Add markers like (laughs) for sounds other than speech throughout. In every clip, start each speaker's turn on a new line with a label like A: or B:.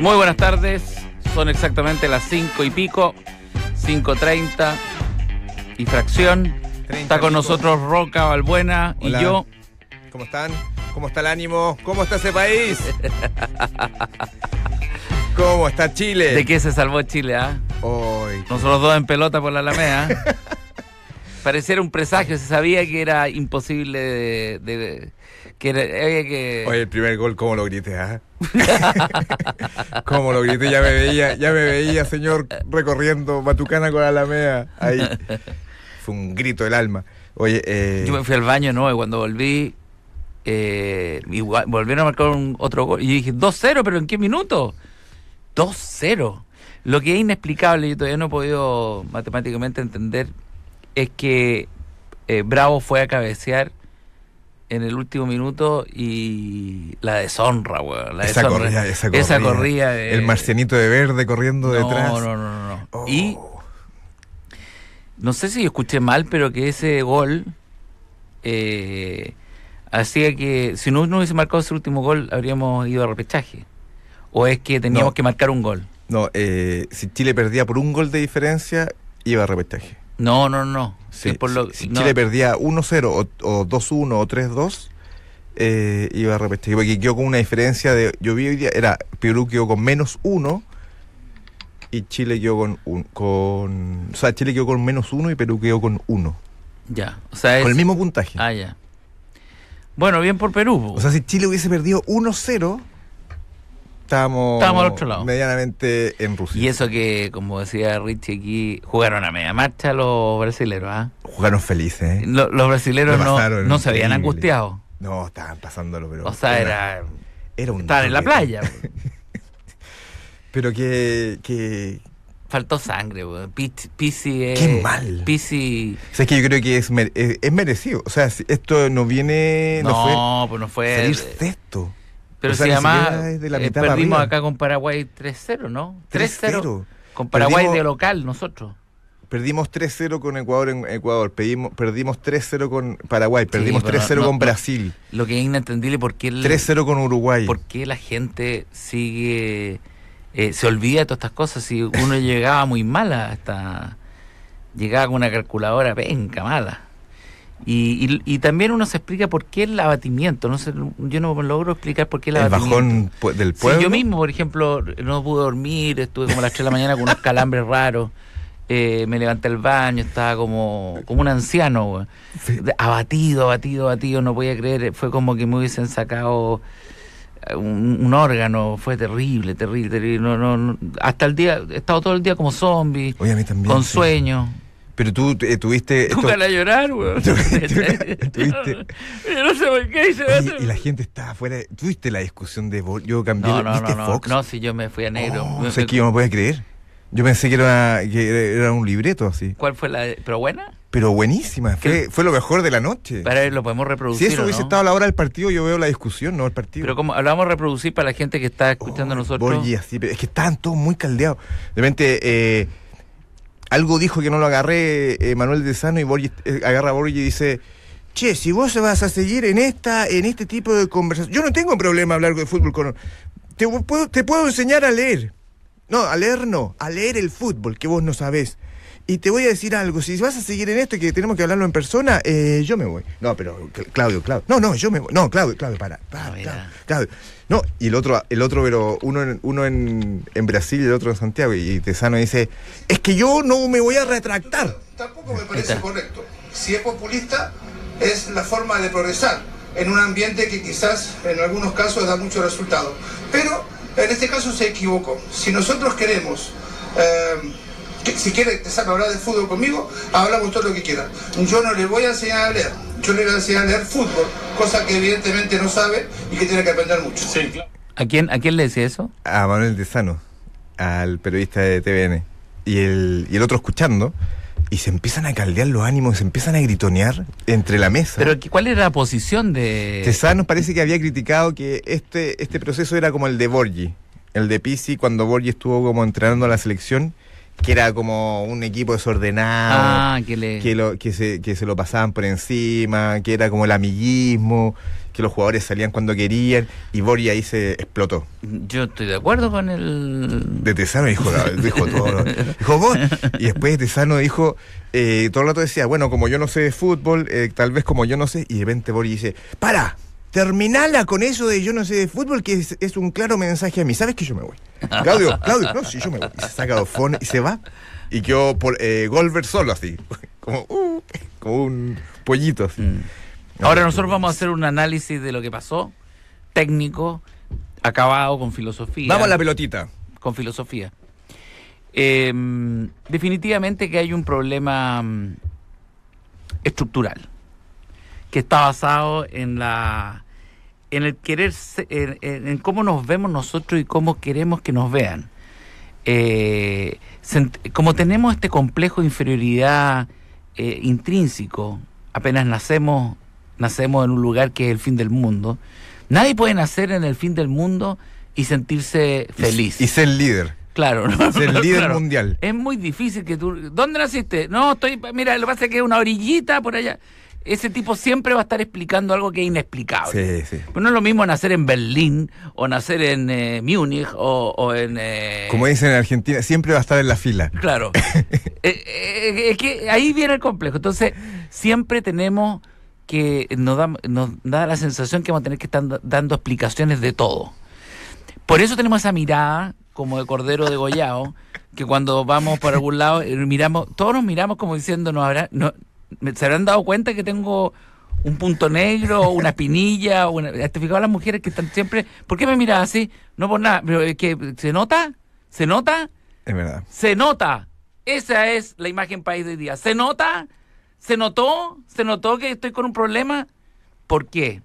A: Muy buenas tardes, son exactamente las 5 y pico, 5.30 y fracción. Está con nosotros Roca Balbuena
B: Hola.
A: y yo.
B: ¿Cómo están? ¿Cómo está el ánimo? ¿Cómo está
A: (laughs)
B: ese país? ¿Cómo está Chile?
A: ¿De qué se salvó Chile? ah?
B: Hoy.
A: Nosotros dos en pelota por la Alameda. Pareciera un presagio, se sabía que era imposible de... de- que era- había que...
B: Hoy el primer gol, ¿cómo lo grité? ah? (laughs) ¿Cómo lo grité? Ya me veía, ya me veía, señor, recorriendo Batucana con Alameda. Ahí. Fue un grito del alma. Oye, eh,
A: Yo me fui al baño, ¿no? Y cuando volví, eh, igual- volvieron a marcar un- otro gol. Y yo dije, 2-0, pero ¿en qué minuto? 2-0. Lo que es inexplicable, yo todavía no he podido matemáticamente entender, es que eh, Bravo fue a cabecear en el último minuto y la deshonra, weón. La
B: esa,
A: deshonra.
B: corrida, esa corrida,
A: Esa corrida de-
B: El marcianito de verde corriendo
A: no,
B: detrás.
A: No, no, no, no.
B: Oh.
A: Y no sé si yo escuché mal, pero que ese gol eh, hacía que si no, no hubiese marcado ese último gol, habríamos ido a repechaje. O es que teníamos
B: No.
A: que marcar un gol.
B: No, eh, si Chile perdía por un gol de diferencia, iba a repechaje.
A: No, no, no.
B: Sí,
A: Es por lo-
B: si si
A: no.
B: Chile perdía 1-0 o, o 2-1 o 3-2, eh, iba a repetir. Porque quedó con una diferencia de. Yo vi hoy día, era Perú quedó con menos 1 y Chile quedó con, un- con. O sea, Chile quedó con menos 1 y Perú quedó con 1.
A: Ya. O sea, es-
B: Con el mismo puntaje.
A: Ah, ya. Bueno, bien por Perú. po.
B: O sea, si Chile hubiese perdido 1-0, estábamos.
A: Estábamos al otro lado.
B: Medianamente en Rusia.
A: y eso que, como decía Richie aquí, jugaron a media marcha los brasileros. ¿ah?
B: Jugaron felices, ¿eh?
A: Lo- los brasileros
B: La
A: no,
B: pasaron
A: no se habían
B: increíble.
A: angustiado.
B: No, estaban pasándolo, pero.
A: O sea, era,
B: era un
A: estaban en la
B: doble.
A: playa. po.
B: Pero que, que,
A: Faltó sangre, weón. eh, Pis- Pisi es.
B: Qué mal.
A: Pisi.
B: O sea, es que yo creo que es, mere- es, es merecido. O sea, si esto no viene. Eh, No,
A: No, pues no
B: fue
A: fue.
B: salir
A: eh,
B: sexto.
A: Pero
B: o sea,
A: si
B: ni
A: además
B: siquiera es de la
A: eh,
B: mitad para
A: perdimos
B: arriba.
A: acá con Paraguay 3-0, ¿no? 3-0.
B: 3-0.
A: Con Paraguay
B: Perdimos-
A: de local, nosotros.
B: Perdimos 3-0 con Ecuador en Ecuador. Pedimos, perdimos 3-0 con Paraguay. Perdimos
A: pero
B: 3-0
A: no-
B: con
A: no-
B: Brasil.
A: Lo que es inentendible por qué, el-
B: 3-0 con Uruguay.
A: por qué la gente sigue. eh, se olvida de todas estas cosas. Si uno (laughs) llegaba muy mala hasta. Llegaba con una calculadora penca, mala. Y, y, y también uno se explica por qué el abatimiento. No sé, yo no logro explicar por qué el
B: El
A: abatimiento.
B: bajón pu- del
A: Sí,
B: pueblo.
A: yo mismo, por ejemplo, no pude dormir, estuve como a las 3 de la mañana con unos calambres raros. eh, me levanté al baño, estaba como, como un anciano, güey. De- abatido, abatido, abatido, no podía creer. Fue como que me hubiesen sacado eh, un, un órgano, fue terrible, terrible, terrible. No, no, no. Hasta el día, he estado todo el día como zombie,
B: Oye, a mí también.
A: con
B: sí.
A: sueño.
B: Pero tú eh, tuviste. esto-
A: Nunca la llorar,
B: (laughs)
A: güey.
B: Tú-
A: (laughs)
B: tú- tú-
A: Yo no sé por qué hice eso.
B: Oye, y la gente estaba afuera. ¿Tuviste la discusión de. Bol- Yo cambié.
A: No, no,
B: ¿Viste
A: no, no,
B: Fox?
A: no, si yo me fui a negro.
B: Oh,
A: Me-
B: o sea, que yo no podía creer. Yo pensé que era, que era un libreto así.
A: ¿Cuál fue la...? de- ¿Pero buena?
B: Pero buenísima, fue, fue lo mejor de la noche.
A: Para ver, lo podemos
B: Si
A: reproducir.
B: eso
A: ¿o
B: hubiese
A: no?
B: estado a la hora del partido, yo veo la discusión, no el partido.
A: Pero como lo vamos a reproducir para la gente que está
B: Oh,
A: escuchando a nosotros.
B: Borgia, sí, pero es que estaban todos muy caldeados. Realmente, eh, algo dijo que no lo agarré eh, Manuel de Sano y Borges, eh, agarra a Borges y dice. Che, si vos vas a seguir en esta, en este tipo de conversación, yo no tengo problema hablar de fútbol con. Te puedo, te puedo enseñar a leer. No, a leer no, a leer el fútbol, que vos no sabés. Y te voy a decir algo, si vas a seguir en esto y que tenemos que hablarlo en persona, eh, yo me voy. No, pero Cl- Claudio, Claudio. No, no, yo me voy. No, Claudio, Claudio, para. para,
A: Ah, mira.
B: Claudio, Claudio. No, y el otro, el otro, pero uno en, uno en, en Brasil y el otro en Santiago. Y Tesano dice, es que yo no me voy a retractar.
C: Tampoco me parece
A: está.
C: correcto. Si es populista, es la forma de progresar en un ambiente que quizás en algunos casos da mucho resultado. Pero en este caso se equivocó. Si nosotros queremos, eh, que- si quiere Tesano hablar de fútbol conmigo, hablamos todo lo que quiera. Yo no le voy a enseñar a leer, yo le voy a enseñar a leer fútbol, cosa que evidentemente no sabe y que tiene que aprender mucho.
A: ¿A quién a quién le decía eso?
B: A Manuel Tesano, al periodista de TVN. Y el, y el otro escuchando. Y se empiezan a caldear los ánimos, se empiezan a gritonear entre la mesa.
A: Pero ¿qué- ¿cuál era la posición de
B: Cesano parece que había criticado que este, este proceso era como el de Borgi, el de Pisi cuando Borgi estuvo como entrenando a la selección, que era como un equipo desordenado.
A: Ah, que le.
B: que, lo, que, se, que se lo pasaban por encima, que era como el amiguismo, que los jugadores salían cuando querían, y Borja ahí se explotó.
A: Yo estoy de acuerdo con el.
B: De Tesano dijo, dijo todo. Dijo vos. Y después Tesano dijo, eh, todo el rato decía, bueno, como yo no sé de fútbol, eh, tal vez como yo no sé, y de repente Borja dice, para. Terminala con eso de yo no sé de fútbol, que es, es un claro mensaje a mí. ¿Sabes que yo me voy? Claudio, Claudio, no, si yo me voy. Y se saca los fones y se va. Y quedó por, eh, Goldberg solo así. Como, uh, como un pollito así.
A: Mm. Ahora nosotros vamos a hacer un análisis de lo que pasó, técnico, acabado con filosofía.
B: Vamos a la pelotita.
A: Con filosofía. Eh, definitivamente que hay un problema mm, estructural que está basado en la en el querer se- en, en- en cómo nos vemos nosotros y cómo queremos que nos vean. Eh, sent- como tenemos este complejo de inferioridad eh, intrínseco, apenas nacemos nacemos en un lugar que es el fin del mundo. Nadie puede nacer en el fin del mundo y sentirse
B: Y-
A: feliz.
B: Y, ser líder.
A: claro, ¿no?
B: Ser
A: (laughs)
B: líder
A: Claro.
B: mundial.
A: Es muy difícil que tú. ¿Dónde naciste? No, estoy. Mira, lo que pasa es que es una orillita por allá. Ese tipo siempre va a estar explicando algo que es inexplicable.
B: Sí, sí.
A: Pero no es lo mismo nacer en Berlín, o nacer en eh, Múnich, o, o en. eh,
B: Como dicen en Argentina, siempre va a estar en la fila. (laughs)
A: Claro. Eh, eh, es que ahí viene el complejo. Entonces, siempre tenemos que. Nos da, nos da la sensación que vamos a tener que estar dando explicaciones de todo. Por eso tenemos esa mirada como de cordero degollado, que cuando vamos por algún lado, eh, miramos, todos nos miramos como diciendo, no habrá, no, me- se habrán dado cuenta que tengo un punto negro, una espinilla, una, ¿te fijabas las mujeres que están siempre, ¿por qué me miras así? No por nada, pero es que se nota, se nota,
B: Es verdad.
A: se nota. Esa es la imagen país de hoy día. ¿Se nota? ¿Se notó? ¿Se notó que estoy con un problema? ¿Por qué?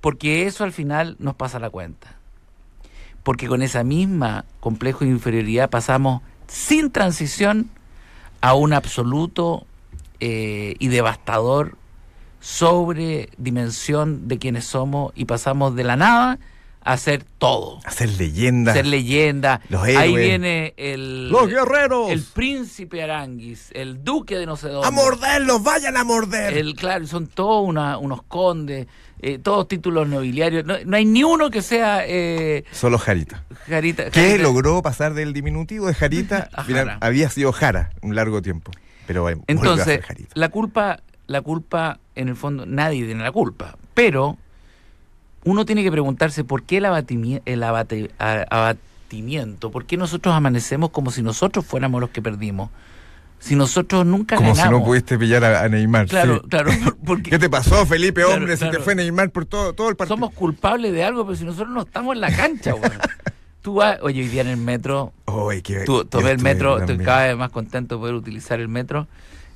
A: Porque eso al final nos pasa la cuenta. Porque con esa misma complejo de inferioridad pasamos sin transición a un absoluto eh, y devastador sobre dimensión de quienes somos y pasamos de la nada a ser todo
B: Hacer leyenda.
A: ser leyenda.
B: Los
A: Ahí
B: héroes.
A: viene el,
B: Los guerreros.
A: el príncipe Aranguis, el duque de no sé dónde.
B: A morderlos, vayan a morder.
A: El, claro, son todos una- unos condes, eh, todos títulos nobiliarios. No, no hay ni uno que sea eh,
B: Solo Jarita.
A: Jarita.
B: Que
A: Jarita.
B: logró pasar del diminutivo
A: (laughs)
B: de Jarita.
A: A
B: Mira,
A: Jara.
B: había sido Jara un largo tiempo. Pero bueno, volvió a
A: Entonces,
B: ser Jarita.
A: la culpa, la culpa, en el fondo, nadie tiene la culpa. Pero uno tiene que preguntarse por qué el, abatimi- el abate- a- abatimiento, por qué nosotros amanecemos como si nosotros fuéramos los que perdimos. Si nosotros nunca
B: Como si
A: ganamos.
B: no pudiste pillar a, a Neymar.
A: Claro,
B: sí. (laughs)
A: claro, (laughs) por-
B: ¿Qué
A: porque
B: te pasó, Felipe,
A: Claro,
B: hombre? Se
A: claro.
B: te fue Neymar por todo, todo el partido.
A: somos culpables de algo, pero si nosotros no estamos en la cancha,
B: (laughs)
A: weón. Tú vas, oye, hoy día en el metro,
B: Ay, qué-
A: tú,
B: yo
A: tomé el
B: estuve
A: metro, estoy
B: también.
A: cada vez más contento de poder utilizar el metro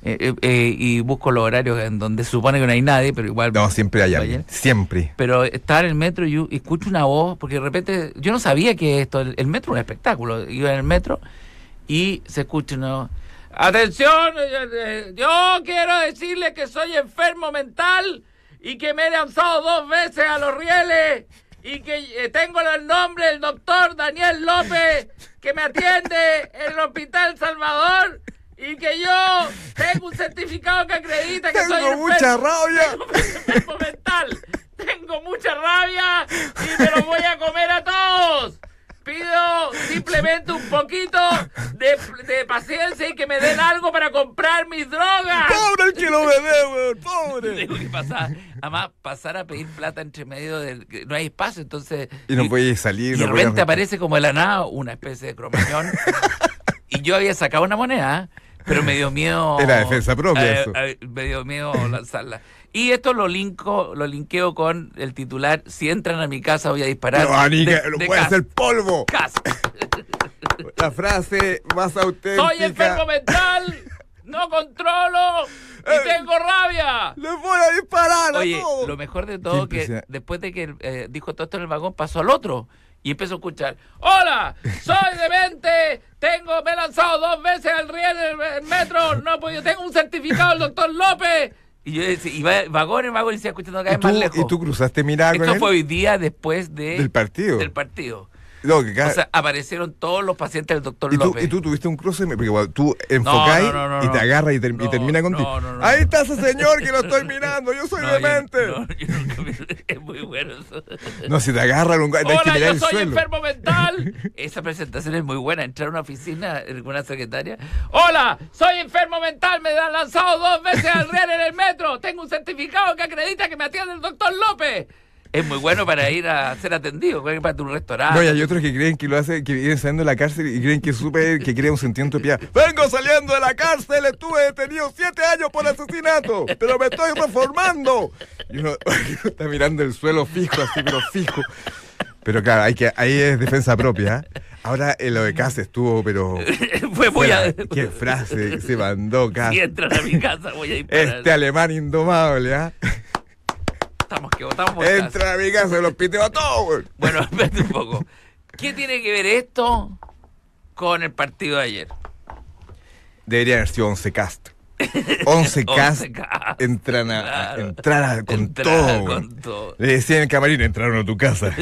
A: eh, eh, eh, y busco los horarios en donde se supone que no hay nadie, pero igual.
B: No, siempre hay
A: Ayer.
B: alguien.
A: (laughs)
B: Siempre.
A: Pero estaba en el metro y yo escucho una voz, porque de repente yo no sabía que esto, el, el metro era un espectáculo. Iba en el metro y se escucha una voz. Atención, eh, eh, yo quiero decirle que soy enfermo mental y que me he lanzado dos veces a los rieles y que eh, tengo el nombre del doctor Daniel López que me atiende en el Hospital Salvador y que yo tengo un certificado que acredita que soy
B: Tengo
A: enfermo (laughs)
B: mucha rabia.
A: enfermo mental. Tengo mucha rabia y me lo voy a comer a todos. Pido simplemente un poquito de, de paciencia y que me den algo para comprar mis drogas.
B: ¡Pobre el que lo bebe, weón!
A: (laughs)
B: ¡Pobre!
A: Tengo que pasar, además pasar a pedir plata entre medio del... que No hay espacio, entonces...
B: Y no podía salir.
A: Y de
B: no podía
A: repente
B: arrancar.
A: aparece como de la nada una especie de
B: (laughs)
A: cromañón. y yo había sacado una moneda, pero me dio miedo. eh,
B: Era defensa propia eso.
A: me dio miedo lanzarla. Y esto lo linko, lo linkeo con el titular: si entran a mi casa voy a disparar.
B: No, Anica,
A: de-
B: lo
A: de
B: puede
A: casa.
B: hacer polvo.
A: Casa.
B: La frase más auténtica.
A: Soy enfermo mental, no controlo
B: Eh.
A: y tengo rabia.
B: ¡Le voy a (laughs) disparar
A: Oye,
B: a todos!
A: lo mejor de todo
B: Qué
A: que
B: impresionante.
A: después de que eh, dijo todo esto en el vagón, pasó al otro y empezó a escuchar: ¡Hola! ¡Soy demente! Tengo, me he lanzado dos veces al riel en el metro, no he podido, tengo un certificado del doctor López. Y yo decía, y va- vagón en vagón y decía escuchando cada
B: ¿Y
A: vez más
B: tú,
A: lejos.
B: y tú cruzaste mirada con
A: Esto
B: él
A: fue hoy día después de,
B: del partido.
A: del partido.
B: No, que cada-
A: O sea, aparecieron todos los pacientes del doctor
B: y, tú,
A: López.
B: y tú tuviste un cruce, porque igual tú enfocáis
A: no, no, no,
B: y te
A: no.
B: agarra y, ter- y
A: No,
B: termina
A: no,
B: contigo.
A: no, no,
B: Ahí
A: no.
B: está ese señor que lo
A: (laughs)
B: estoy mirando, yo soy
A: No, yo-
B: demente.
A: no, yo nunca (laughs) me- es muy bueno eso.
B: no. si te agarra, lo encu- tenés que
A: Hola,
B: mirar
A: yo
B: el
A: soy
B: suelo.
A: enfermo mental.
B: (laughs)
A: Esa presentación es muy buena. Entrar a una oficina eh, con una secretaria. Hola, soy enfermo mental. Me han lanzado dos veces al real en el metro. Tengo un certificado que acredita que me atiende el doctor López. Es muy bueno para ir a ser atendido, para ir para un restaurante.
B: No, y hay otros que creen que lo hace, que vienen saliendo de la cárcel y creen que es súper, que crea un sentimiento de piedad. Vengo saliendo de la cárcel, estuve detenido siete años por asesinato, pero me estoy reformando. Y uno, (laughs) uno está mirando el suelo fijo, así, pero fijo. Pero claro, hay que, ahí es defensa propia. ¿eh? Ahora en lo de casa estuvo, pero.
A: (laughs) Fue muy
B: fuera.
A: a-
B: Qué frase que se mandó Cas.
A: Si entran a mi casa, voy a disparar.
B: Este alemán indomable, ¿ah?
A: Estamos que votamos por casa.
B: Entra a mi casa, los piteo a todos, güey.
A: Bueno, (laughs) espérate un poco. ¿Qué tiene que ver esto con el partido de ayer?
B: Debería haber sido 11 cast. 11 cast.
A: Once Cast.
B: Entran a,
A: Claro.
B: entrar a- con
A: Entrar
B: todo. güey.
A: con todo.
B: Le decían en el camarín, entraron a
A: (laughs)
B: tu casa. Los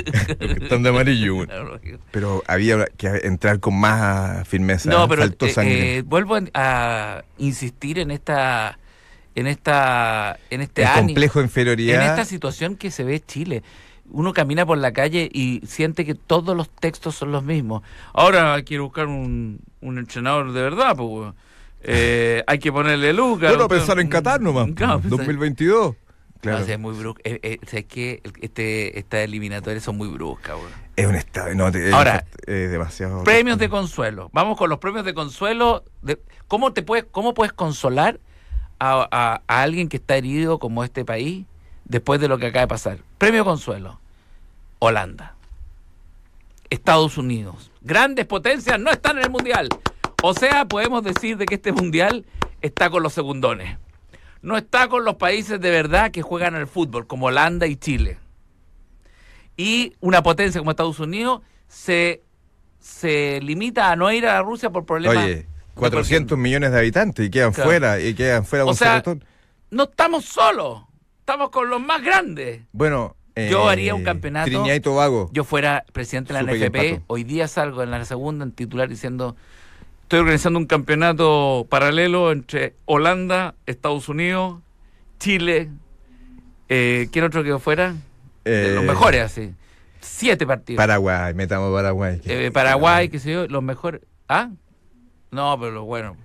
B: que Están de amarillo. güey.
A: Claro, lógico.
B: Pero había que entrar con más firmeza.
A: No, pero
B: Faltó
A: eh,
B: sangre.
A: eh, vuelvo a insistir en esta, en esta, en este
B: el
A: ánimo,
B: complejo de
A: en
B: inferioridad.
A: esta situación que se ve Chile. Uno camina por la calle y siente que todos los textos son los mismos. Ahora quiero buscar un, un entrenador de verdad, pues. weón. Eh, hay que ponerle lucas.
B: Bueno, pensar en Qatar nomás.
A: Claro, pensar-
B: 2022.
A: pues, eh. No,
B: Claro.
A: o sea, es muy brusco. Eh, eh, o sea, es que el- este, estas eliminatorias son muy bruscas, weón.
B: es un estado. No, te-
A: Ahora,
B: es demasiado.
A: Premios de consuelo. Vamos con los premios de consuelo. De, ¿Cómo te puedes, cómo puedes consolar a, a- a alguien que está herido como este país después de lo que acaba de pasar? Premio de consuelo. Holanda. Estados Unidos. Grandes potencias no están en el mundial. O sea, podemos decir de que este mundial está con los segundones. No está con los países de verdad que juegan al fútbol, como Holanda y Chile. Y una potencia como Estados Unidos se, se limita a no ir a Rusia por problemas.
B: Oye, 400 millones de habitantes y quedan
A: Claro.
B: fuera, y quedan fuera
A: O
B: con
A: sea,
B: Cerretón.
A: No estamos solos. Estamos con los más grandes.
B: Bueno, eh,
A: yo haría un campeonato-
B: Trinidad y Tobago.
A: yo fuera presidente de la
B: Supe que
A: NFP,
B: empató.
A: hoy día salgo en la segunda en titular diciendo estoy organizando un campeonato paralelo entre Holanda, Estados Unidos, Chile, eh, ¿quién otro que fuera? De
B: eh,
A: los mejores, así. Siete partidos.
B: Paraguay, metamos Paraguay.
A: Eh, Paraguay, qué sé yo, los mejores. ¿Ah? No, pero los buenos.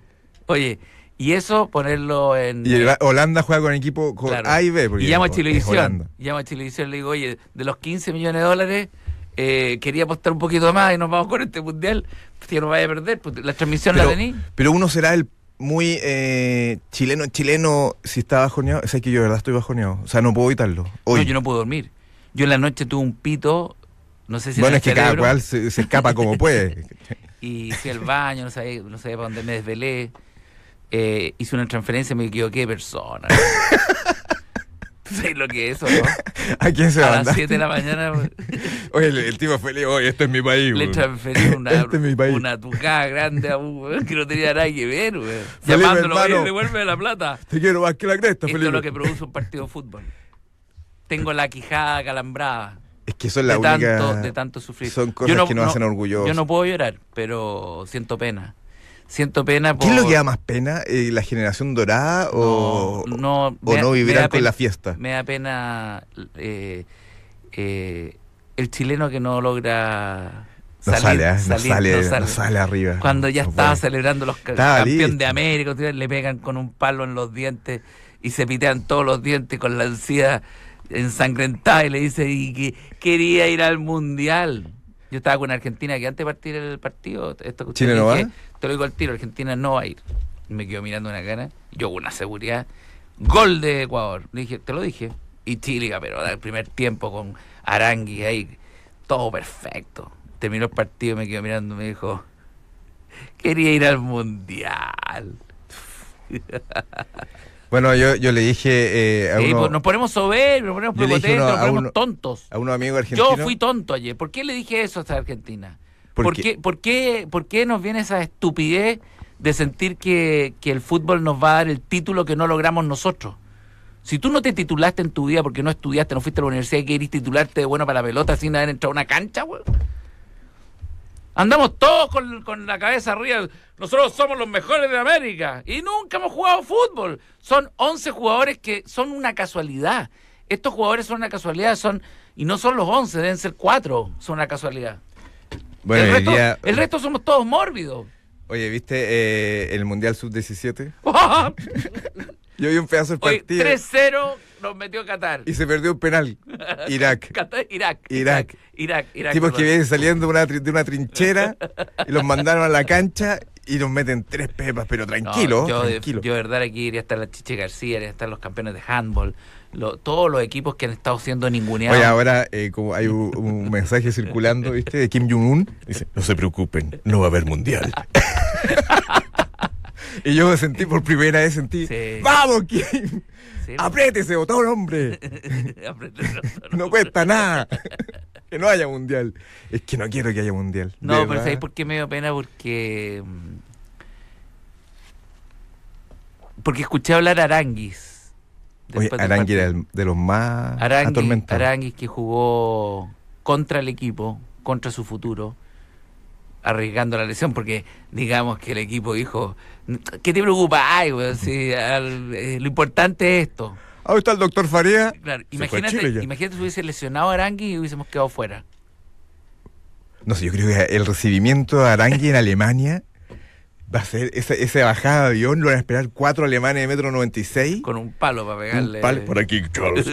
A: Oye, y eso ponerlo en...
B: Y el- Holanda juega con equipo con
A: Claro.
B: A y B. porque
A: Y llamo a
B: es
A: Chilevisión.
B: Holanda.
A: Llamo a Chilevisión y le digo, oye, de los 15 millones de dólares, eh, quería apostar un poquito más y nos vamos con este mundial. Pues que no vaya a perder, pues, la transmisión
B: Pero,
A: la tení.
B: pero uno será el muy eh, chileno, chileno, si está bajoneado. Sé que yo de verdad estoy bajoneado. O sea, no puedo evitarlo. Hoy.
A: No, yo no puedo dormir. Yo en la noche tuve un pito, no sé si en el
B: bueno, es que cada
A: cerebro,
B: cual se, se escapa
A: (laughs)
B: como puede.
A: Y fui al baño, no sabía, no sabía para dónde me desvelé. Eh, hice una transferencia y me equivoqué de
B: (laughs)
A: persona. ¿Sabes lo que es eso, no?
B: ¿A quién se va a
A: A las
B: mandar?
A: 7 de la mañana... pues.
B: Oye, el, el tipo feliz, oye, este es mi país.
A: Le
B: güey.
A: transferí una,
B: (laughs) Este es mi país.
A: una tujada grande a un weón que no tenía nada que ver, weón.
B: Felipe,
A: Llamándolo,
B: hermano.
A: oye, devuelve la plata.
B: Te quiero más que la cresta,
A: Esto
B: Felipe.
A: es lo que produce un partido de fútbol. Tengo la quijada calambrada
B: Es que son
A: de
B: la
A: tanto,
B: única.
A: de tanto sufrir.
B: Son
A: Yo
B: cosas que nos hacen orgullosos.
A: Yo no puedo llorar, pero siento pena. Siento pena por...
B: ¿Qué es lo que da más pena? eh, ¿La generación dorada o
A: no,
B: o
A: no,
B: no,
A: me da- me
B: vivirán
A: da
B: con
A: pena-
B: la fiesta?
A: Me da pena eh, eh, el chileno que no logra
B: No
A: salir,
B: sale, ¿eh?
A: salir,
B: no, sale
A: no
B: no sale arriba.
A: Cuando ya
B: No
A: estaba
B: puede.
A: celebrando los ca-
B: Estaba
A: campeón
B: listo.
A: de América, tío, le pegan con un palo en los dientes y se pitean todos los dientes con la ansiedad ensangrentada y le dice y que quería ir al mundial. Yo estaba con Argentina que antes de partir el partido, esto que usted
B: ¿Chile no va?
A: dije, Te lo digo al tiro, Argentina no va a ir. Y Me quedo mirando una cara, yo con una seguridad. Gol de Ecuador, le dije, te lo dije. Y Chile, pero el primer tiempo con Arangui ahí, todo perfecto. Terminó el partido, me quedo mirando, me dijo, quería ir al mundial.
B: Bueno, yo, yo le dije eh, a,
A: Sí,
B: uno,
A: pues nos ponemos soberbios, nos ponemos
B: Yo le dije
A: prepotentes,
B: uno-
A: nos
B: a
A: ponemos
B: uno-
A: tontos.
B: a unos amigos argentinos.
A: Yo fui tonto ayer. ¿Por qué le dije eso a Argentina?
B: ¿Por
A: ¿Por,
B: qué?
A: qué? por, qué, ¿Por qué nos viene esa estupidez de sentir que, que el fútbol nos va a dar el título que no logramos nosotros? Si tú no te titulaste en tu vida porque no estudiaste, no fuiste a la universidad y querés titularte de bueno para la pelota sin haber entrado a una cancha, güey. Andamos todos con, con la cabeza arriba. Nosotros somos los mejores de América. Y nunca hemos jugado fútbol. Son 11 jugadores que son una casualidad. Estos jugadores son una casualidad. son Y no son los 11, deben ser 4. Son una casualidad.
B: Bueno,
A: el,
B: hoy
A: resto,
B: día-
A: el resto somos todos
B: (laughs)
A: mórbidos. (laughs)
B: Oye, ¿viste eh, el Mundial Sub-17? Yo vi un pedazo del
A: Oye,
B: partido
A: 3-0 nos metió Qatar.
B: y se perdió
A: (laughs)
B: un penal. Irak.
A: Qatar- Irak.
B: Irak.
A: Irak. Irak.
B: Tipos que
A: perdón.
B: vienen saliendo de una, tri- de una trinchera y los mandaron a la cancha y nos meten tres pepas, pero
A: No,
B: tranquilo,
A: yo, de-
B: tranquilo.
A: yo de verdad aquí iría a estar la Chiche García, iría a estar los campeones de handball, lo- todos los equipos que han estado siendo ninguneados.
B: Oye, ahora eh, como hay un, un mensaje circulando, ¿viste? De Kim Jong-un. Dice, no se preocupen, no va a
A: (laughs)
B: haber mundial. (laughs) y yo me sentí por primera vez, sentí,
A: Sí.
B: ¡vamos, Kim! (laughs)
A: Sí, (laughs)
B: ¡Apriétese, botón, hombre!
A: apriete el botón.
B: No cuesta nada. (laughs) Que no haya mundial. Es que no quiero que haya mundial.
A: No,
B: de
A: pero
B: verdad.
A: ¿sabéis por qué me dio pena? Porque. mm, Porque escuché hablar a Aranguis.
B: Oye,
A: después del
B: Arangui
A: partido.
B: era el- de los más
A: Arangui,
B: atormentados.
A: Arangui que jugó contra el equipo, contra su futuro, arriesgando la lesión, porque digamos que el equipo dijo, ¿qué te preocupa? Ay, weón, si al- eh, lo importante es esto.
B: Ahí está el doctor Faría.
A: Claro,
B: Se fue a
A: imagínate,
B: Chile ya.
A: imagínate si hubiese lesionado a Arangui y hubiésemos quedado fuera.
B: No sé, yo creo que el recibimiento de Arangui en Alemania va a ser esa, esa bajada de avión, lo van a esperar cuatro alemanes de metro 96.
A: Con un palo para pegarle.
B: Un pal por
A: (laughs)
B: aquí, Charles.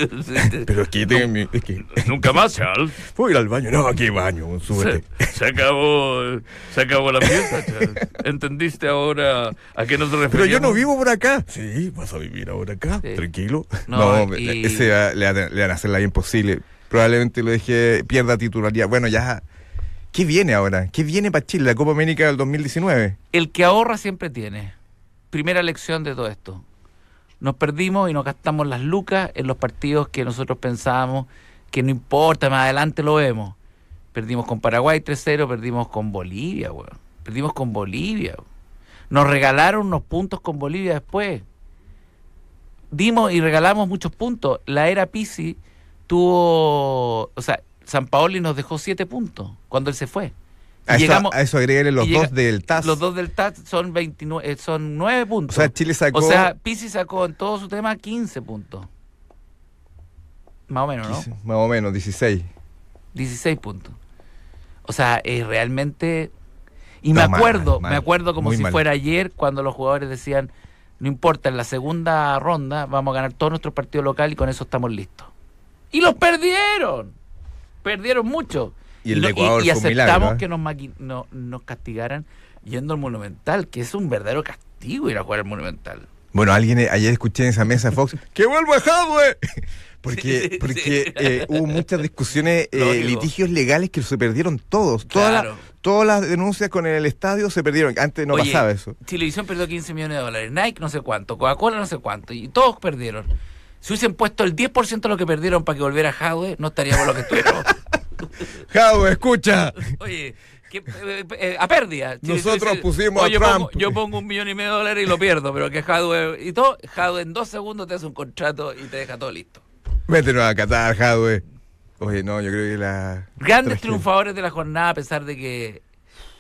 B: Pero es que, tengo mi- es que
D: Nunca más, Charles.
B: voy a ir al baño. No, aquí baño, súbete.
D: Se, se acabó, eh, se acabó la fiesta, Charles. ¿Entendiste ahora a qué nos referimos?
B: Pero yo no vivo por acá. Sí, vas a vivir ahora acá,
A: Sí.
B: tranquilo.
A: No,
B: No, eh,
A: y-
B: ese va- le, van a- le van a hacer la vida imposible. Probablemente lo deje, pierda titularidad. Bueno, ya. ¿Qué viene ahora? ¿Qué viene para Chile? La Copa América del 2019.
A: El que ahorra siempre tiene. Primera lección de todo esto. Nos perdimos y nos gastamos las lucas en los partidos que nosotros pensábamos que no importa, más adelante lo vemos. Perdimos con Paraguay 3-0, perdimos con Bolivia, weón. Perdimos con Bolivia. weón. Nos regalaron unos puntos con Bolivia después. Dimos y regalamos muchos puntos. La era Pisi tuvo. O sea, San Paoli nos dejó siete puntos cuando él se fue.
B: A
A: Y
B: eso,
A: llegamos-
B: a eso agregarle los
A: y llega-
B: dos del TAS.
A: los dos del TAT son 29, eh, son 9
B: O
A: puntos.
B: sea, Chile sacó.
A: O sea, Pisi sacó en todo su tema 15 puntos. Más o menos, ¿no?
B: 15, Más o menos, 16.
A: 16 puntos. O sea, es realmente... Y
B: No,
A: me
B: mal,
A: acuerdo,
B: mal,
A: me acuerdo como
B: muy
A: si
B: mal.
A: fuera ayer cuando los jugadores decían, no importa, en la segunda ronda vamos a ganar todo nuestro partido local y con eso estamos listos. Y los perdieron. Perdieron mucho.
B: Y el
A: no-
B: de Ecuador
A: y
B: fue un milagro.
A: aceptamos
B: ¿eh?
A: que nos, maqui- no- nos castigaran yendo al Monumental, que es un verdadero castigo ir a jugar al Monumental.
B: Bueno, alguien eh, ayer escuché en esa mesa
A: (laughs)
B: Fox que vuelva Jadwe. Porque,
A: Sí,
B: porque
A: (laughs) sí.
B: eh, hubo muchas discusiones, eh,
A: Lógico.
B: litigios legales que se perdieron todos. Todas, las-
A: Claro.
B: todas las denuncias con el estadio se perdieron. Antes no
A: Oye,
B: pasaba eso.
A: Chilevisión perdió 15 millones de dólares, Nike no sé cuánto, Coca-Cola no sé cuánto, y todos perdieron. Si hubiesen puesto el 10% de lo que perdieron para que volviera Jadwe, no estaríamos lo que
B: (laughs)
A: estuvimos.
B: Jadwe, escucha.
A: Oye, ¿qué- eh, eh, a pérdida. Chilevisión
B: Nosotros pusimos a
A: "Oye, yo
B: Trump".
A: pongo- yo pongo un millón y medio de dólares y lo pierdo, pero que Jadwe... Y todo, Jadwe en dos segundos te hace un contrato y te deja todo listo.
B: Métenos a Qatar, Jadwe. Oye, no, yo creo que la.
A: Grandes
B: tragedia-
A: triunfadores de la jornada a pesar de que,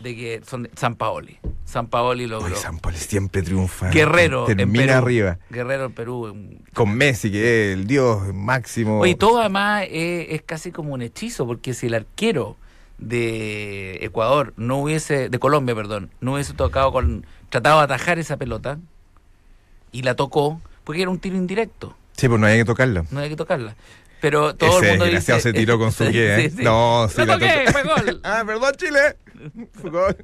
A: de que son de San Paoli. San Paoli logró.
B: Oye, San Pablo siempre triunfa.
A: Guerrero en
B: Termina
A: Perú.
B: arriba.
A: Guerrero en Perú. un-
B: Con Messi, que es el dios máximo.
A: Oye, todo además es, es casi como un hechizo, porque si el arquero de Ecuador no hubiese, de Colombia, perdón, no hubiese tocado con, tratado de atajar esa pelota y la tocó, porque era un tiro indirecto,
B: Sí, pues no hay que tocarlo.
A: no hay que tocarla. Pero todo el mundo dice,
B: desgraciado se tiró con
A: (laughs)
B: su
A: Sí,
B: pie, ¿eh?
A: sí, sí.
B: No, sí,
A: Lo
B: la
A: toqué,
B: tocó.
A: fue
B: (laughs)
A: gol.
B: ah, perdón, Chile.
A: (laughs)
B: Fue gol.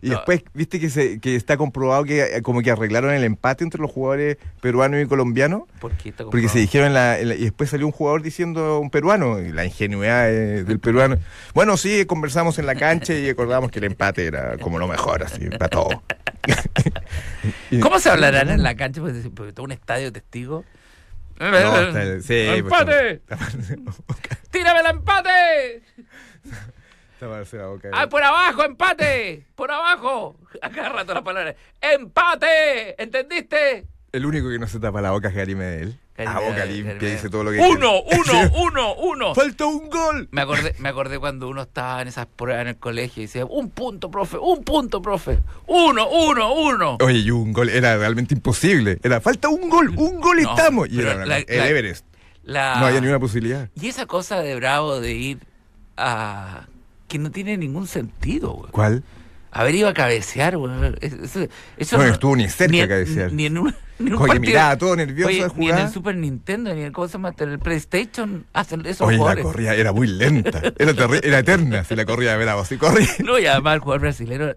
B: Y
A: No.
B: después, viste que, se, que está comprobado que eh, como que arreglaron el empate entre los jugadores peruanos y colombianos,
A: Porque, está
B: porque
A: comprobado.
B: se dijeron, la, en la- y después salió un jugador diciendo un peruano, y la ingenuidad eh, del peruano. Bueno, sí, conversamos en la cancha y acordamos que el empate era como lo mejor, así, para todo.
A: (laughs)
B: Y-
A: ¿Cómo se hablarán en la cancha? Porque, porque todo un estadio de testigos.
B: No, está- sí, pues,
D: ¡Empate!
B: tapa- taparse la boca,
A: ¡Tírame el empate!
B: taparse la boca.
A: ¡Ay, Ah, por abajo, (laughs) empate! ¡Por abajo! Acá rato las palabras. ¡Empate! ¿Entendiste?
B: El único que no se tapa la boca es Gary Medel.
A: Gary
B: a Ah, boca
A: Medel, Gary
B: limpia
A: Medel.
B: dice todo lo que
D: Uno,
B: quiere.
D: uno,
B: (laughs)
D: uno, uno.
B: ¡Falta un gol!
A: Me acordé, me acordé cuando uno estaba en esas pruebas en el colegio y decía, un punto, profe, un punto, profe. Uno, uno, uno.
B: Oye, y un gol era realmente imposible. Era falta un gol, un gol y
A: No,
B: estamos. Y
A: pero
B: era una-
A: la-
B: el
A: la- Ah.
B: Everest.
A: La-
B: No había ni una posibilidad.
A: Y esa cosa de Bravo de ir a... que no tiene ningún sentido, güey.
B: ¿Cuál?
A: Haber ido a cabecear, güey. Es- Eso, eso
B: No, no estuvo ni cerca a cabecear.
A: Ni en un, ni en un
B: Oye,
A: partido.
B: miraba todo nervioso
A: Oye,
B: de
A: Ni en
B: jugar.
A: el Super Nintendo, ni en el, ¿cómo se llama? En el PlayStation hacen esos
B: Oye, la
A: goles.
B: corrida era muy lenta. Era, terri- era eterna si la corrida de Bravo. Si
A: (laughs)
B: corría.
A: No, y además el jugador brasileño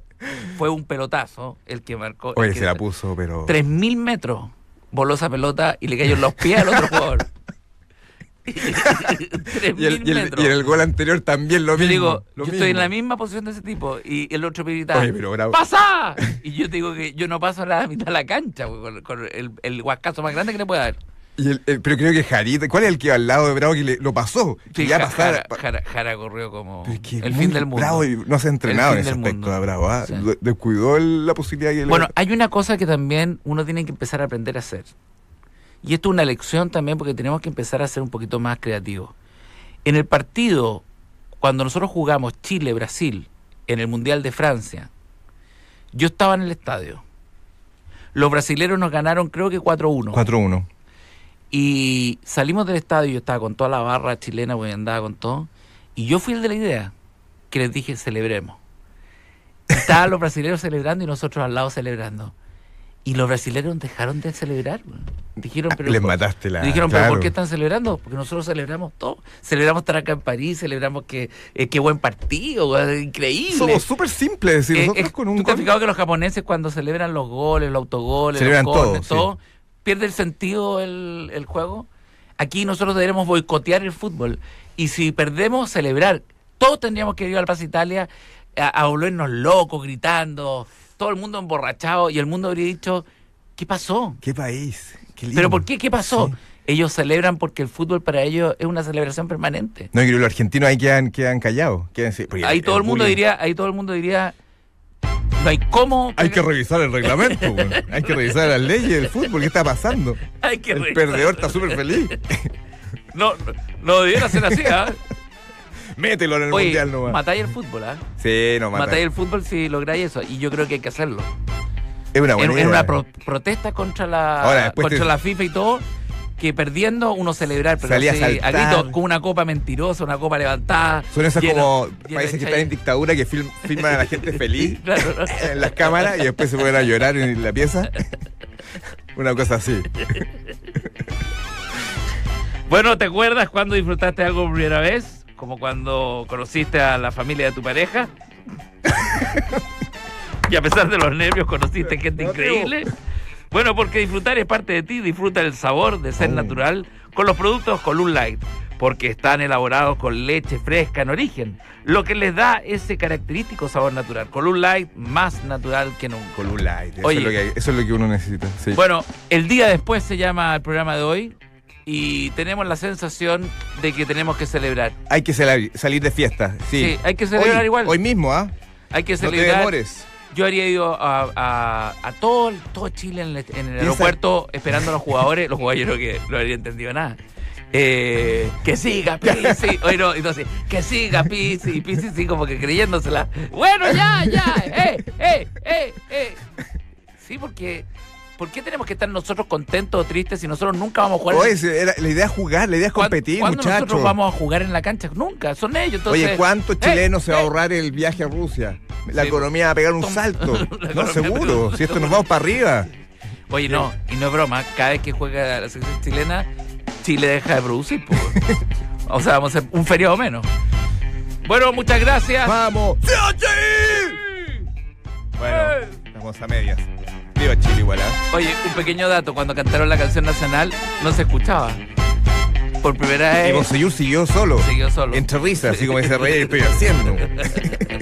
A: fue un pelotazo el que marcó. el
B: Oye,
A: que-
B: se la puso, pero.
A: 3.000 metros voló esa pelota y le cayó en los pies al otro jugador.
B: (laughs)
A: (laughs)
B: Y, el,
A: 3.000
B: y el-
A: metros.
B: y en el gol anterior también lo
A: yo
B: mismo.
A: digo, yo
B: lo
A: estoy en
B: mismo.
A: la misma posición de ese tipo y el otro me grita,
B: Oye, pero bravo.
A: ¡pasa! Y yo te digo que yo no paso a la mitad de la cancha güey, con, con el, el guascazo más grande que le pueda dar.
B: Y el- el- pero creo que Jarita, ¿cuál es el que al lado de Bravo que le- lo pasó? Que
A: Sí,
B: ya
A: Ja-
B: pasara.
A: Jara, Jara- Jara corrió como
B: Pero es que
A: el
B: muy
A: fin del mundo.
B: Bravo y no se ha entrenado
A: El
B: en
A: fin
B: ese
A: del
B: aspecto
A: mundo.
B: a Bravo. ¿ah?
A: Sí.
B: De- Descuidó el- la posibilidad que le-
A: Bueno, hay una cosa que también uno tiene que empezar a aprender a hacer. Y esto es una lección también porque tenemos que empezar a ser un poquito más creativos. En el partido, cuando nosotros jugamos Chile-Brasil en el Mundial de Francia, yo estaba en el estadio. Los brasileros nos ganaron creo que 4-1.
B: 4-1.
A: Y salimos del estadio, yo estaba con toda la barra chilena, porque andaba con todo. Y yo fui el de la idea, que les dije, celebremos. Estaban los brasileños celebrando y nosotros al lado celebrando. Y los brasileños dejaron de celebrar. weón. Dijeron, pero,
B: Ah, Les
A: por-
B: mataste la.
A: dijeron pero
B: claro.
A: ¿por qué están celebrando? Porque nosotros celebramos todo. Celebramos estar acá en París, celebramos que eh, qué buen partido, weón, increíble.
B: Somos súper simples. Si
A: Eh,
B: nosotros
A: eh,
B: con un
A: ¿tú te has
B: gol-
A: fijado que los japoneses cuando celebran los goles, los autogoles,
B: Celebran
A: los corners,
B: todo,
A: todo, pierde el sentido el, el juego? Aquí nosotros deberíamos boicotear el fútbol. Y si perdemos, celebrar. Todos tendríamos que ir al Plaza Italia a, a volvernos locos, gritando, todo el mundo emborrachado y el mundo habría dicho, ¿qué pasó?
B: ¿Qué país? Qué lindo.
A: ¿Pero por qué? ¿Qué pasó?
B: Sí.
A: Ellos celebran porque el fútbol para ellos es una celebración permanente.
B: No, y los argentinos ahí quedan, quedan callados. quedan así, porque
A: Ahí todo el mundo
B: bullying-
A: diría, ahí todo el mundo diría, no hay cómo...
B: Hay que revisar
A: (laughs)
B: el reglamento, weón. hay que revisar las leyes del fútbol, ¿qué está pasando?
A: Hay que
B: el
A: revisar.
B: perdedor está
A: (laughs)
B: súper feliz.
D: No, no, no debiera ser así, ¿ah?
B: Mételo (laughs) en el
A: Oye,
B: mundial nomás.
A: matáis el fútbol, ¿ah?
B: sí, no mata.
A: Matáis el fútbol si lográis eso. Y yo creo que hay que hacerlo.
B: Es una
A: Es
B: buena idea.
A: una pro- protesta contra la
B: Ahora, después
A: contra
B: te-
A: la FIFA y todo. Que perdiendo uno celebrar, pero
B: Salía a
A: así, a
B: saltar.
A: gritos, con una copa mentirosa, una copa levantada.
B: Son esas
A: lleno-
B: como
A: lleno de
B: países que
A: chai-
B: están en dictadura que film- filman a la gente feliz
A: (laughs) Claro, ¿no?
B: en las cámaras y después se ponen a llorar en la
A: (laughs)
B: pieza. Una cosa así.
D: Bueno, ¿te acuerdas cuando disfrutaste algo por primera vez? Como cuando conociste a la familia de tu pareja. (laughs) y a pesar de los nervios, conociste gente increíble. Bueno, porque disfrutar es parte de ti. Disfruta el sabor de ser
B: Mm.
D: natural con los productos Column Light. Porque están elaborados con leche fresca en origen. Lo que les da ese característico sabor natural. Column Light más natural que nunca.
B: Con un light. Eso,
A: Oye.
B: es lo que, eso es lo que uno necesita. sí.
A: Bueno, el día después se llama el programa de hoy. Y tenemos la sensación de que tenemos que celebrar.
B: Hay que sal- salir de fiesta. Sí,
A: Sí, hay que celebrar
B: Hoy,
A: igual.
B: Hoy mismo, ¿ah?
A: Hay que
B: No te
A: celebrar.
B: demores.
A: Yo habría ido a, a- a todo, el- todo Chile en el, en el
B: Piensa-
A: aeropuerto esperando a los jugadores. los jugadores yo creo que no habría entendido nada. Eh, que siga
B: (laughs)
A: Pizzi. Oye, no, entonces, que siga Pizzi. Y Pizzi sí, como que creyéndosela. Bueno, ya, ya. ¡Eh, eh, eh, eh! Sí, porque. ¿Por qué tenemos que estar nosotros contentos o tristes si nosotros nunca vamos a jugar?
B: Oye, si era- la idea es jugar, la idea es
A: ¿Cuán-
B: competir,
A: ¿Cuándo
B: muchachos.
A: nosotros vamos a jugar en la cancha? Nunca, son ellos. Entonces,
B: Oye, ¿cuántos chilenos
A: ¡Eh,
B: se va a
A: eh!
B: ahorrar el viaje a Rusia? La
A: Sí.
B: economía va a pegar un
A: Tom-
B: salto.
A: (laughs) La
B: no,
A: economía
B: seguro.
A: pegó-
B: Si esto nos vamos para arriba.
A: Oye, no, y no es broma, cada vez que juega la selección chilena, Chile deja de producir,
B: (laughs)
A: po. pues, O sea, vamos a hacer un feriado menos. Bueno, muchas gracias.
B: ¡Vamos! Bueno, estamos a medias. Viva Chile igual, ¿ah?
A: Oye, un pequeño dato, cuando cantaron la canción nacional, no se escuchaba. Por primera
B: Y
A: vez
B: Monseñor siguió solo.
A: siguió solo. (laughs)
B: Entre risas, así como dice Reyes, estoy haciendo.